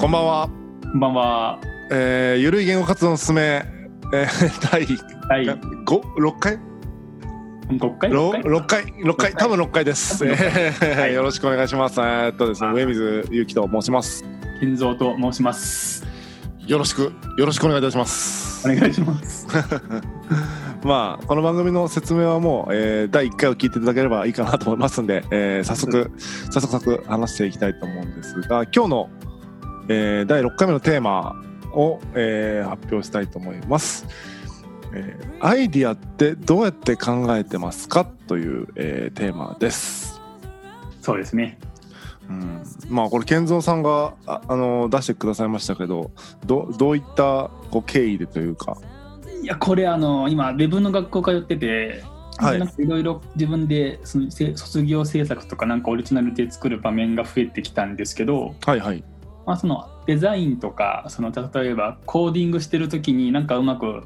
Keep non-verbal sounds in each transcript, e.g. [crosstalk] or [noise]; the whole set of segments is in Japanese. こんばんは、こんばんは。えー、ゆるい言語活動のすすめ、えー、 [laughs] 第第五6回5回ろ六六回六回六回多分6回です、多分六えーはいよろしくお願いしますえーっとですね上水ゆきと申します回健三と申します。よろしくよろしくお願いいたしますお願いします。まあこの番組の説明はもう、えー第1回を聞いていただければいいかなと思いますんで、 [laughs] えー早速早速早速話していきたいと思うんですが今日の、えー第6回目のテーマを、えー発表したいと思います、えーアイディアってどうやって考えてますかという、えーテーマですそうですね。うん、まあこれ健三さんがあ、あの出してくださいましたけどどどういったこう経緯でというかいやこれあの今ウェブの学校通ってて。はいなんかいろいろ自分でそのせ卒業制作とかなんかオリジナルで作る場面が増えてきたんですけど、はいはいまあ、そのデザインとかその例えばコーディングしてる時になんかうまく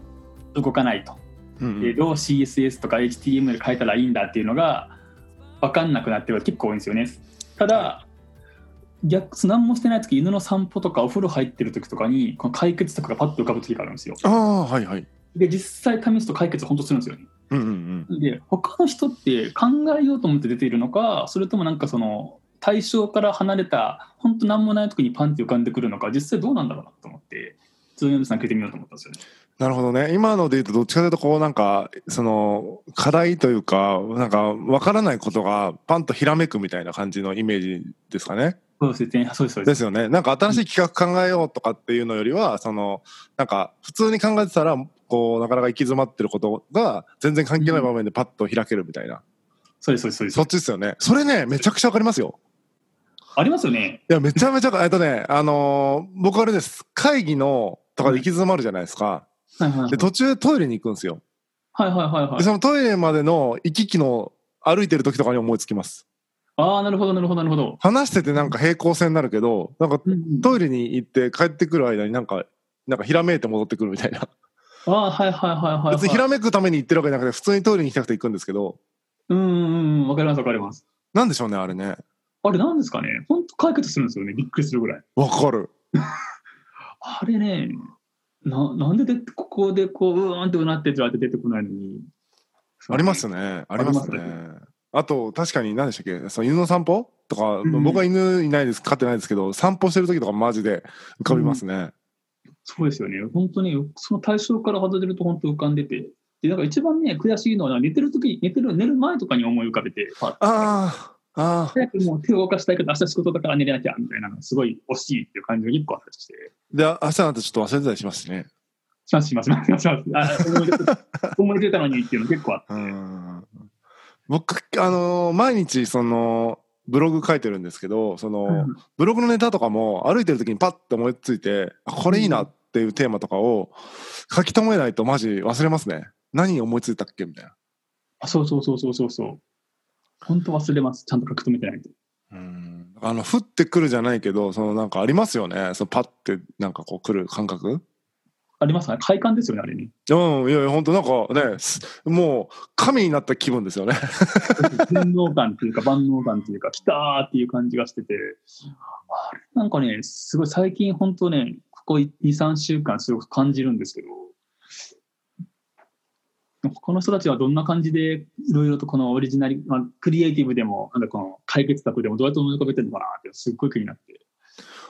動かないとうんうでんどう CSS とか HTML 変えたらいいんだっていうのが分かんなくなってるのが結構多いんですよねただ逆何もしてない時犬の散歩とかお風呂入ってる時とかにこの解決策がパッと浮かぶ時があるんですよああはいはいで実際試すと解決本当するんですよねうんうんうんで他の人って考えようと思って出ているのかそれともなんかその対象から離れた本当何もない時にパンって浮かんでくるのか実際どうなんだろうなと思って通用さん聞いてみようと思ったんですよねなるほどね今ので言うとどっちかというとこうなんかその課題というかなんかわからないことがパンとひらめくみたいな感じのイメージですかねそうですねそうですそうでですすよねなんか新しい企画考えようとかっていうのよりはそのなんか普通に考えてたらこうなかなか行き詰まってることが全然関係ない場面でパッと開けるみたいな、そうですそうですそうですそっちですよね。それね、めちゃくちゃわかりますよ。ありますよねいや、めちゃめちゃわか、えっとね、あのー僕あれです。会議の、とかで行き詰まるじゃないですか。はいはいはいで、途中トイレに行くんですよ。はいはいはいはで、い。そのトイレまでの行き来の歩いてる時とかに思いつきます。ああ、なるほど、なるほど、なるほど。話しててなんか平行線になるけど、なんかうんうん、トイレに行って帰ってくる間になんか、なんかひらめいて戻ってくるみたいな。ああ、はいはいはいはい、はい。別にひらめくために行ってるわけじゃなくて、普通にトイレに行きたくて行くんですけど、うんうんうん、わかりますわかります。なんでしょうね、あれね。あれなんですかね本当解決するんですよね。びっくりするぐらい。わかる。あれね、ななんででここでこう、うーんってうなってるって出てこないのに。ありますね。よね。ありますよありね。あと、確かに何でしたっけその犬の散歩とか、うん僕は犬いないです、飼ってないですけど、散歩してる時とかマジで浮かびますね。そうですよね。本当に、その対象から外れると本当浮かんでて。で、なんか一番ね、悔しいのは、寝てる時に、寝てる、寝る前とかに思い浮かべて、パッとああ、ああ。早くもう手を動かしたいけど、明日仕事だから寝れなきゃ、みたいなのがすごい惜しいっていう感じが一個あったりして。で、あ明日なんてちょっと忘れてたりしますしね。しますしますしますします [laughs] あ思い出思い出たのにっていうの結構あって、うん。僕、あのー毎日、その、ブログ書いてるんですけど、その、うんブログのネタとかも歩いてる時にパッと思いついて、あこれいいなっていうテーマとかを書き留めないとマジ忘れますね。何思いついたっけみたいな。あそうそうそうそうそうそう本当忘れますちゃんと書き留めてないとうんあの降ってくるじゃないけどそのなんかありますよねそのパッてなんかこう来る感覚ありますね快感ですよねあれにうんいやいや本当なんかねすもう神になった気分ですよね全能感っていうか万能感っていうか来たーっていう感じがしててあれなんかねすごい最近本当ねここ23週間すごく感じるんですけどこの人たちはどんな感じでいろいろとこのオリジナリ、まあ、クリエイティブでもなんかこの解決策でもどうやって思い浮かべてるのかなってすっごい気になって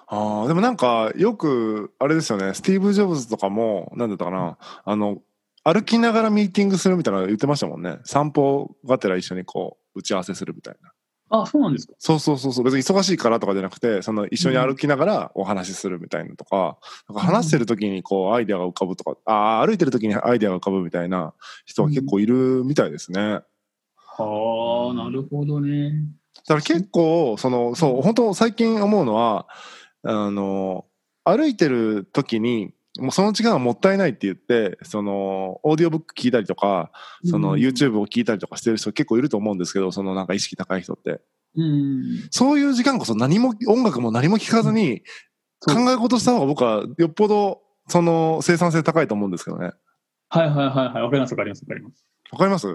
あーでもなんかよくあれですよねスティーブ・ジョブズとかも何だったかなあの歩きながらミーティングするみたいなの言ってましたもんね散歩がてら一緒にこう打ち合わせするみたいなあそうなんですかそうそうそうそう別に忙しいからとかじゃなくてその一緒に歩きながらお話しするみたいなとか,、なんか話してる時にこうアイデアが浮かぶとかあー歩いてる時にアイデアが浮かぶみたいな人は結構いるみたいですね。はあ、なるほどね。だから結構そのそう本当最近思うのはあの歩いてる時にもうその時間はもったいないって言ってそのオーディオブック聞いたりとかその YouTube を聞いたりとかしてる人結構いると思うんですけどそのなんか意識高い人ってうん。そういう時間こそ何も音楽も何も聞かずにそ考うえ事した方が僕はよっぽどその生産性高いと思うんですけどねはいはいはいはい。わかりますわかりますわかります。わかります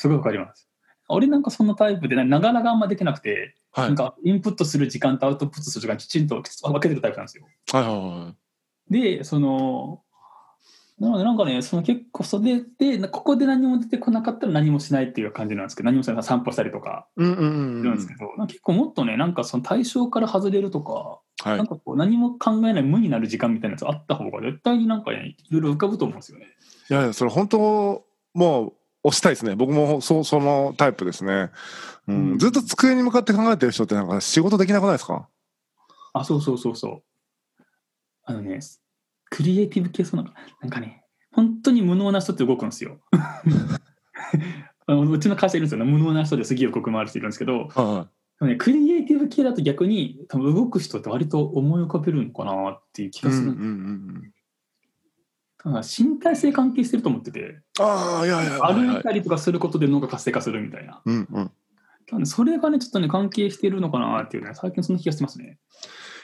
すごいわかります。俺なんかそんなタイプで、ながらがあんまできなくて、はいなんかインプットする時間とアウトプットする時間きちんと分けてるタイプなんですよ。はいはでそのなのでなんかねその結構それででここで何も出てこなかったら何もしないっていう感じなんですけど何もしない散歩したりとかい。うんうんすうるんんですけど、なんか結構もっとねなんかその対象から外れるとか、はなんい。かこう何も考えない無になる時間みたいなやつあった方が絶対になんかねいろいろ浮かぶと思うんですよね。いやいや、それ本当、もう、押したいですね。僕もそうそのタイプですね、うんうんずっと机に向かって考えてる人って、なんか仕事できなくないですかあ、そうそうそうそう。あのね、クリエイティブ系そうなのなんかね、本当に無能な人って動くんですよ。 [laughs] あのうちの会社いるんですよね、無能な人ですげえ動く回る人いるんですけど、はでもね、クリエイティブ系だと逆に、多分動く人って割と思い浮かべるのかなっていう気い。うがんうすんうる。ん。ただ身体性関係してると思ってて、ああ、いやいや。はい歩はいいたりとかすることで脳が活性化するみたいな。うんうん。い多分ねそれがね、ちょっとね、関係してるのかなっていうね、最近そんな気がしてますね。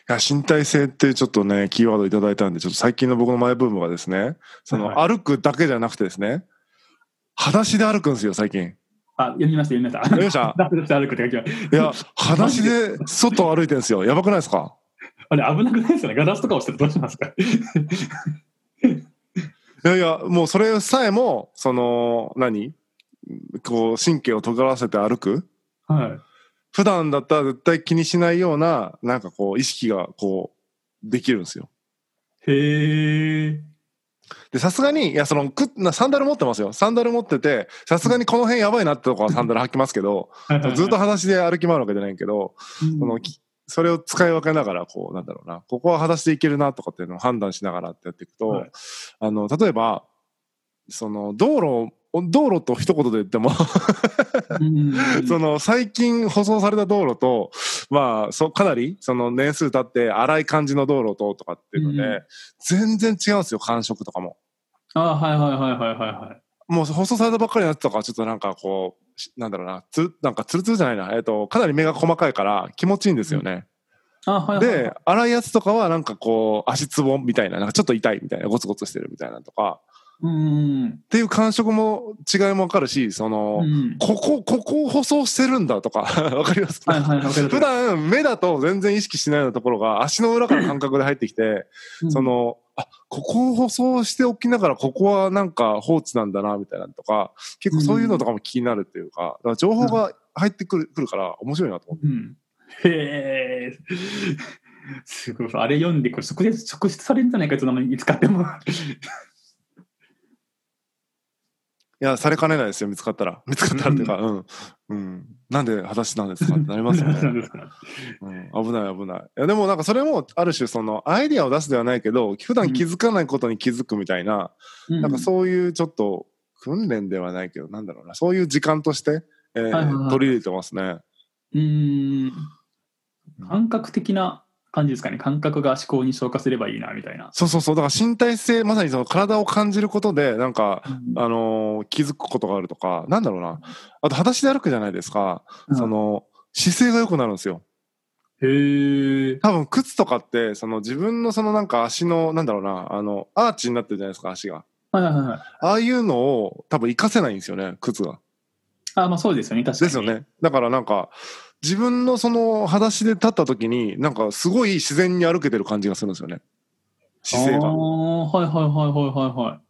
や、身体性ってちょっとね、キーワードいただいたんで、ちょっと最近の僕のマイブームがですね、その、は歩くだけじゃなくてですね、裸足で歩くんですよ、最近。あ、読みました、読みました。 [laughs] 読みましたダブルして歩くって書きましたいや、裸足で外歩いてるんですよ。やばくないですかあれ危なくないですよね。ガラスとか落ちてるとどうしますかいやいや、もうそれさえも、その、何こう、神経を尖らせて歩く [laughs] はい。普段だったら絶対気にしないような、なんかこう、意識がこう、できるんですよ。へえ。で、さすがに、いや、その、くなサンダル持ってますよ。サンダル持ってて、さすがにこの辺やばいなってとこはサ [laughs] ンダル履きますけど、ずっと裸足で歩き回るわけじゃないけど、うん、その、きそれを使い分けながら、こう、なんだろうな、ここは裸足でいけるなとかっていうのを判断しながらってやっていくと、はいあの、例えば、その、道路を、道路と一言で言っても、うん、 [laughs] その最近舗装された道路と、まあ、そかなりその年数経って荒い感じの道路ととかっていうので、うん全然違うんですよ感触とかも。あはいはいはいはいはいはい。もう舗装されたばっかりのやつとかはちょっとなんかこうしなんだろうなつなんかツルツルじゃないな、えっと、かなり目が細かいから気持ちいいんですよね。あはいはいはい、で荒いやつとかはなんかこう足つぼみたいななんかちょっと痛いみたいなゴツゴツしてるみたいなとかうんっていう感触も違いもわかるしその、うん。ここここを舗装してるんだとか [laughs] わかりますはいはい、わかる普段目だと全然意識しないようなところが足の裏から感覚で入ってきて、そ、の、あ、ここを舗装しておきながら、ここはなんか放置なんだな、みたいなのとか、結構そういうのとかも気になるっていうか、だから情報が入ってくる,、くるから面白いなと思って。うんうん、へえ。 [laughs] すごい。あれ読んで、これ直接、直接されるんじゃないかと、名前に使っても。いや、されかねないですよ、見つかったら。見つかったらっていうか、うん。うん。なんで裸足なんですかってなりますよ [laughs] なね [laughs] ん。ですかうん、危ない危ない。いや、でもなんかそれもある種、その、アイディアを出すではないけど、普段気づかないことに気づくみたいな、なんかそういうちょっと訓練ではないけど、なんだろうな、そういう時間として、えーはいはいはい取り入れてますね。うん。うん。感覚的な感じですかね。感覚が思考に消化すればいいな、みたいな。そうそうそう、だから身体性、まさにその体を感じることで、なんか、あのー気づくことがあるとか、なんだろうな、あと、裸足で歩くじゃないですか、うんその、姿勢が良くなるんですよ。へえ。多分、靴とかって、その自分のそのなんか足の、なんだろうな、あの、アーチになってるじゃないですか、足が。はいはいはいはい。ああいうのを多分活かせないんですよね、靴が。あ、まあそうですよね、確かでに。すよ。ね。だからなんか、自分のその裸足で立った時に、なんかすごい自然に歩けてる感じがするんですよね。姿勢あが。あ、はいはいはいは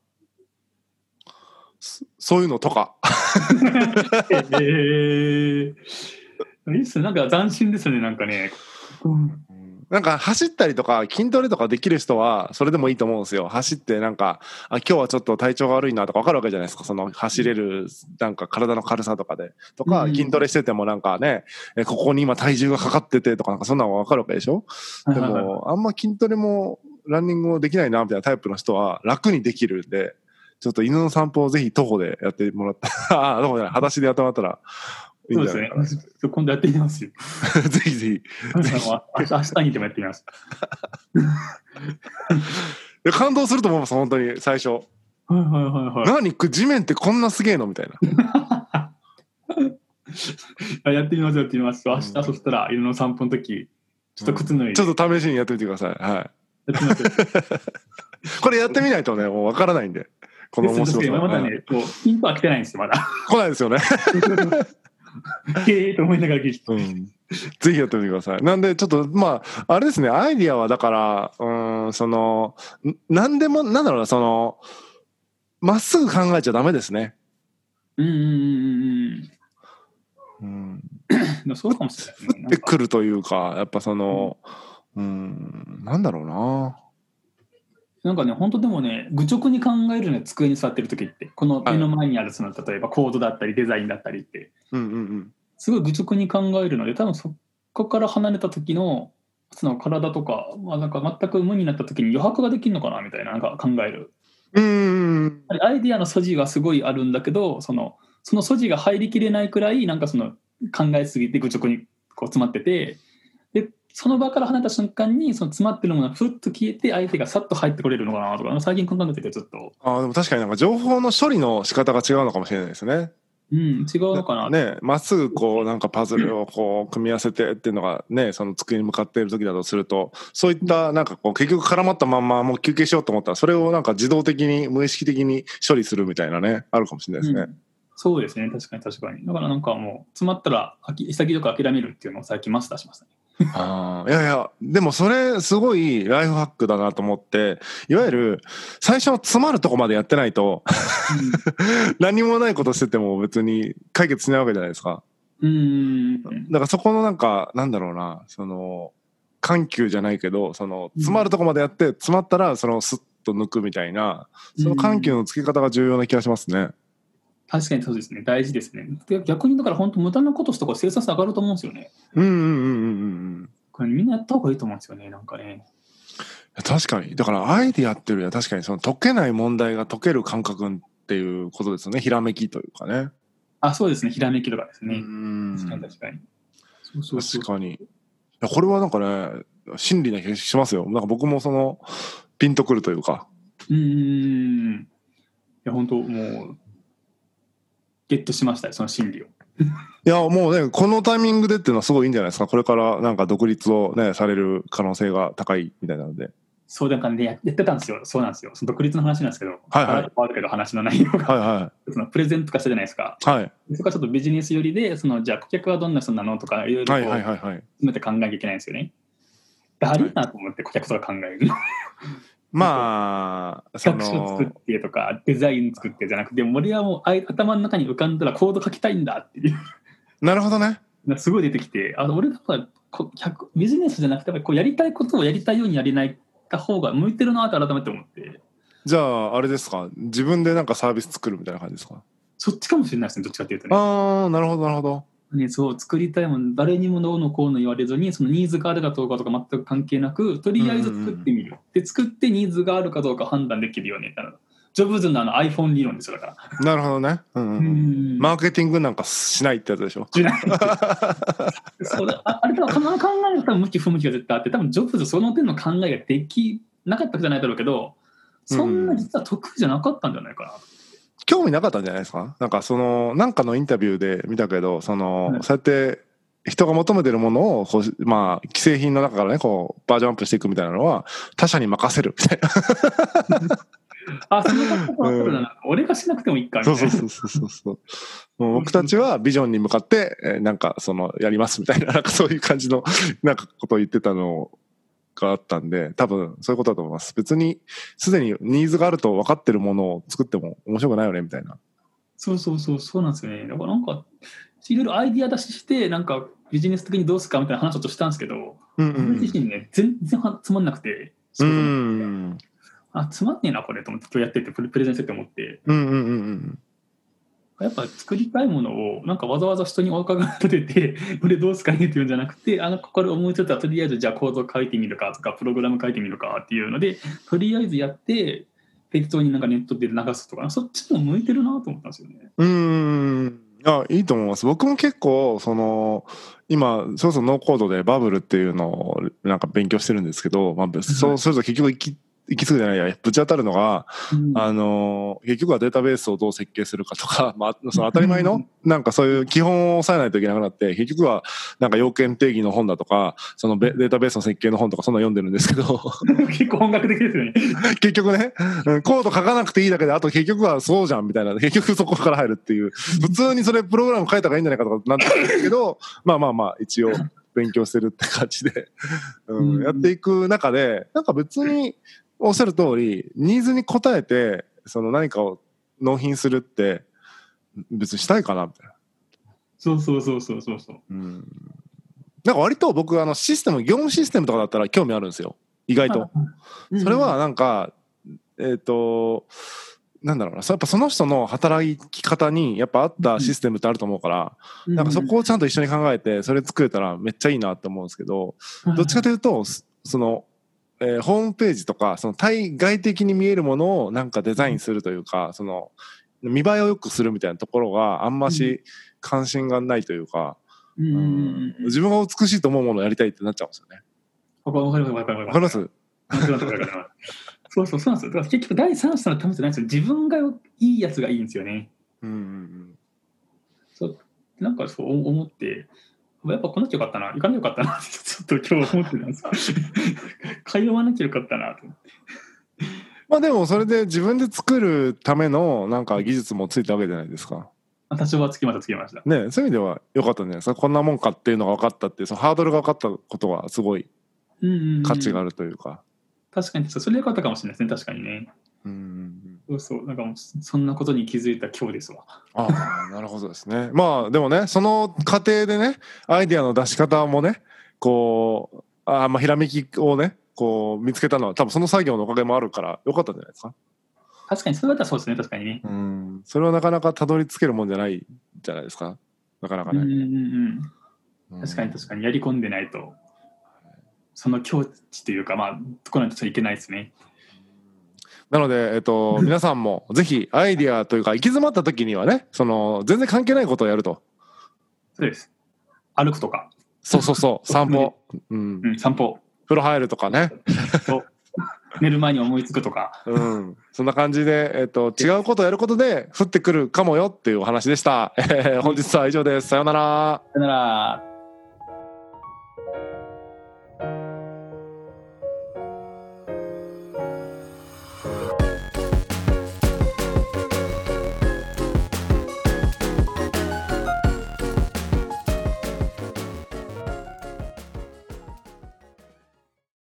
そそういうのとか。いはいはい。へえー。いいっすね、なんか斬新ですね、なんかね。うんなんか走ったりとか筋トレとかできる人はそれでもいいと思うんですよ。走ってなんか、あ、今日はちょっと体調が悪いなとかわかるわけじゃないですか。その走れる、なんか体の軽さとかで。とか、うん筋トレしててもなんかね、えここに今体重がかかっててとかなんかそんなのわかるわけでしょ [laughs] ではいはいはいも、あんま筋トレもランニングもできないな、みたいなタイプの人は楽にできるんで、ちょっと犬の散歩をぜひ徒歩でやってもらったら、あ、 [laughs] 徒歩じゃない、裸足でやってもらったらいいそんうじでゃないすねかな。。そう今度やってみますよ。 [laughs] ぜひぜひ。あのあ明日にでもやってみます。いや感動すると思います、本当に、最初。はいはいはいはい何こ地面ってこんなすげえのみたいな。あ。やってみます、やってみます。明日、そしたら、犬の散歩の時、ちょっと靴脱いで。ちょっと試しにやってみてください。はやってみます。い。これやってみないとね、もうわからないんで。この面白でさ。すねまだはい [laughs] ね、こう、ピンクは来てないんですよ、まだ。来ないですよね。へえと思いながら聞いてたうん、ぜひやってみてください。なんで、ちょっと、まあ、あれですね、アイディアはだから、うーん、その、んなんでも、なんだろうな、その、まっすぐ考えちゃダメですね。うんうんうんうんうん、うんそうかもしれな降いなっなてんかくるというか、やっぱその、うん、なんだろうな。なんかね本当でもね愚直に考えるのよ机に座ってる時ってこの目の前にあるその例えばコードだったりデザインだったりってうんうんうん。すごい愚直に考えるので多分そこから離れた時のその体とか,、まあ、なんか全く無になった時に余白ができるのかなみたいななんか考えるうーん。アイディアの素地がすごいあるんだけどそのその素地が入りきれないくらいなんかその考えすぎて愚直にこう詰まっててでその場から離れた瞬間にその詰まってるものがふっと消えて相手がさっと入ってこれるのかなとか最近考えててちょっと、あーでも確かになんか情報の処理の仕方が違うのかもしれないですね。うん、違うのかな、ね、まっすぐこうなんかパズルをこう組み合わせてっていうのがね、その机に向かっている時だとすると、そういったなんかこう結局絡まったまんまもう休憩しようと思ったら、それをなんか自動的に無意識的に処理するみたいなね、あるかもしれないですうね。んそうですね確かに確かにだからなんかもう詰まったらあき潔く諦めるっていうのを最近マスターしましたねあーいやいや、でもそれすごいライフハックだなと思って、いわゆる最初の詰まるとこまでやってないと、 [laughs] 何もないことしてても別に解決しないわけじゃないですか。うんうんだからそこのなんか、なんだろうな、その、緩急じゃないけど、その、詰まるとこまでやって、詰まったら、その、スッと抜くみたいな、その緩急のつけ方が重要な気がしますね。確かにそうですね大事ですねで逆にだから本当無駄なことしたから生産性上がると思うんですよねうんうんうんうんうんこれみんなやった方がいいと思うんですよね、なんかね。うん。確かに。だから、アイディアっていうよりは、確かにその、解けない問題が解ける感覚っていうことですよね。ひらめきというかね。あ、そうですね、ひらめきとかですね。うん確かに確かに。そうそうそ確かう。に。いやこれはなんかね、真理な気がしますよ。なんか僕もその、ピンとくるというか。うんうんうんうん。いや、本当もう、ゲットしましたよその心理いを。や、もうね、このタイミングでっていうのはすごいいいんじゃないですか。これからなんか独立をね、される可能性が高いみたいなので。そうなんかね、ややってたんですよ。そうなんですよ。その独立の話なんですけど、はいはい変わるけど話の内容が、はいはそのプレゼント化したじゃないですか。い。はい。そこはちょっとビジネス寄りで、そのじゃあ顧客はどんな人なのとか、いろいろこはういはい詰はいはい。めて考えなきゃいけないんですよね。だるいなと思って顧客とか考える。まあ、そ企画書作っの、てとかデザイン作ってじゃなくて俺はもうあい頭の中に浮かんだらコード書きたいんだっていう [laughs] なるほどね。のがすごい出てきてあの俺だからこ100ビジネスじゃなくてやっぱりこうやりたいことをやりたいようにやりないた方が向いてるなって改めて思ってじゃあ、あれですか。自分でなんかサービス作るみたいな感じですか。そっちかもしれないですねどっちかっていうとねああ、なるほどなるほど。ねそう作りたいもの誰にもどうのこうの言われずにそのニーズがあるかどうかとか全く関係なくとりあえず作ってみる、で作ってニーズがあるかどうか判断できるよねってあのジョブズのあの iPhone 理論ですよだかなら。るほどね。うんうんうん。うんマーケティングなんかしないってやつでしょ。じゃないそうだ [laughs] ああれ多分この考え方向き不向きが絶対あって多分ジョブズその点の考えができなかったわけじゃないだろうけどそんな実は得意じゃなかったんじゃないかな、興味なかったんじゃないですかなんかそのなんかのインタビューで見たけどその、はいそうやって人が求めてるものをこうまあ既製品の中からねこうバージョンアップしていくみたいなのは他社に任せるみたいなあその考え方はそうだな、俺がしなくてもいいかみたそいうなそうそうそうそうそうもう僕たちはビジョンに向かって、えーなんかそのやりますみたいななんかそういう感じのなんかことを言ってたのがあったんで多分そういうことだと思います別にすでにニーズがあると分かってるものを作っても面白くないよねみたいなそうそうそうそうなんですよねだからなんかいろいろアイディア出ししてなんかビジネス的にどうすかみたいな話をちょっとしたんですけど、うんう俺ん自身ね全然はつまんなくて仕うんう事んもうんあつまんねえなこれと思って今日やっててプレプレゼンしてて思ってうんうんうんやっぱ作りたいものをなんかわざわざ人にお伺い立てて [laughs] 「これどうすかね?」って言うんじゃなくてあのこれ思いついたらとりあえずじゃあコード書いてみるかとかプログラム書いてみるかっていうのでとりあえずやって適当になんかネットで流すとかそっちも向いてるなと思ったんですよね。うーん。あ、いいと思います。僕も結構、その、今、そろそろノーコードでバブルっていうのをなんか勉強してるんですけど、まあ、そうすると結局行き行き過ぎじゃないや、ぶち当たるのが、うんあのー結局はデータベースをどう設計するかとか、 [laughs] まあ、その当たり前の、なんかそういう基本を抑えないといけなくなって、結局は、なんか要件定義の本だとか、そのベデータベースの設計の本とか、そんなの読んでるんですけど、 [laughs] 結構本格的ですよね。結局ね、うんコード書かなくていいだけで、あと結局はそうじゃんみたいな、結局そこから入るっていう、普通にそれプログラム書いた方がいいんじゃないかとかなってくるんですけど、 [laughs] まあまあまあ、一応勉強してるって感じで、 [laughs] ううんん、やっていく中で、なんか別におっしゃる通り、ニーズに応えて、その何かを納品するって、別にしたいかなみたいな。そうそうそうそうそうそう。うん、なんか割と僕、あのシステム、業務システムとかだったら興味あるんですよ、意外と。それはなんか、えっ、と、なんだろうな、そやっぱその人の働き方にやっぱ合ったシステムってあると思うから、ななんかそこをちゃんと一緒に考えて、それ作れたらめっちゃいいなって思うんですけど、どっちかというと、すその、えーホームページとか、その対外的に見えるものをなんかデザインするというか、その、見栄えを良くするみたいなところがあんまし関心がないというか、うんうんうんうん。自分が美しいと思うものをやりたいってなっちゃうんですよね。わかりますわかりまわすわかかりりま。ますすわかりますわかりますわかりますそうそうそうなんですよ。だから結局第三者のためじゃないんですよ。自分がいいやつがいいんですよね。うんうんうん。そうなんかそう思って。やっぱこの人よかったな、行かなきゃよかったな [laughs] って、ちょっと今日思ってたん [laughs] ですよ。通わなきゃよかったなと思って。まあでもそれで自分で作るためのなんか技術もついたわけじゃないですか。あ多少はつきました、つきました。ねそういう意味では良かったんじゃないですか。こんなもんかっていうのが分かったっていう、そのハードルが分かったことがすごいうんうんうん価値があるというか。確かに、そうそれよかったかもしれないですね、確かにね。うんうんうんそうそう、なんかもう、そんなことに気づいた今日ですわ。ああ、なるほどですね。まあでもね、その過程でね、アイディアの出し方もね、こう、あーまあひらめきをね、こう見つけたのは多分その作業のおかげもあるから良かったんじゃないですか。確かに、それだったらそうですね、確かにね。うん。それはなかなかたどり着けるもんじゃないじゃないですか。なかなかうんうんね。うんううんん、確かに確かにやり込んでないとその境地というかまあこないといけないですねなので、えっと、皆さんもぜひアイディアというか行き詰まった時にはねその全然関係ないことをやるとそうです歩くとか、そうそうそう散歩、うん、うん、散歩風呂入るとかね、と [laughs] 寝る前に思いつくとかうん、そんな感じで、えっと、違うことをやることで降ってくるかもよっていうお話でした、えー本日は以上ですさようならさよなら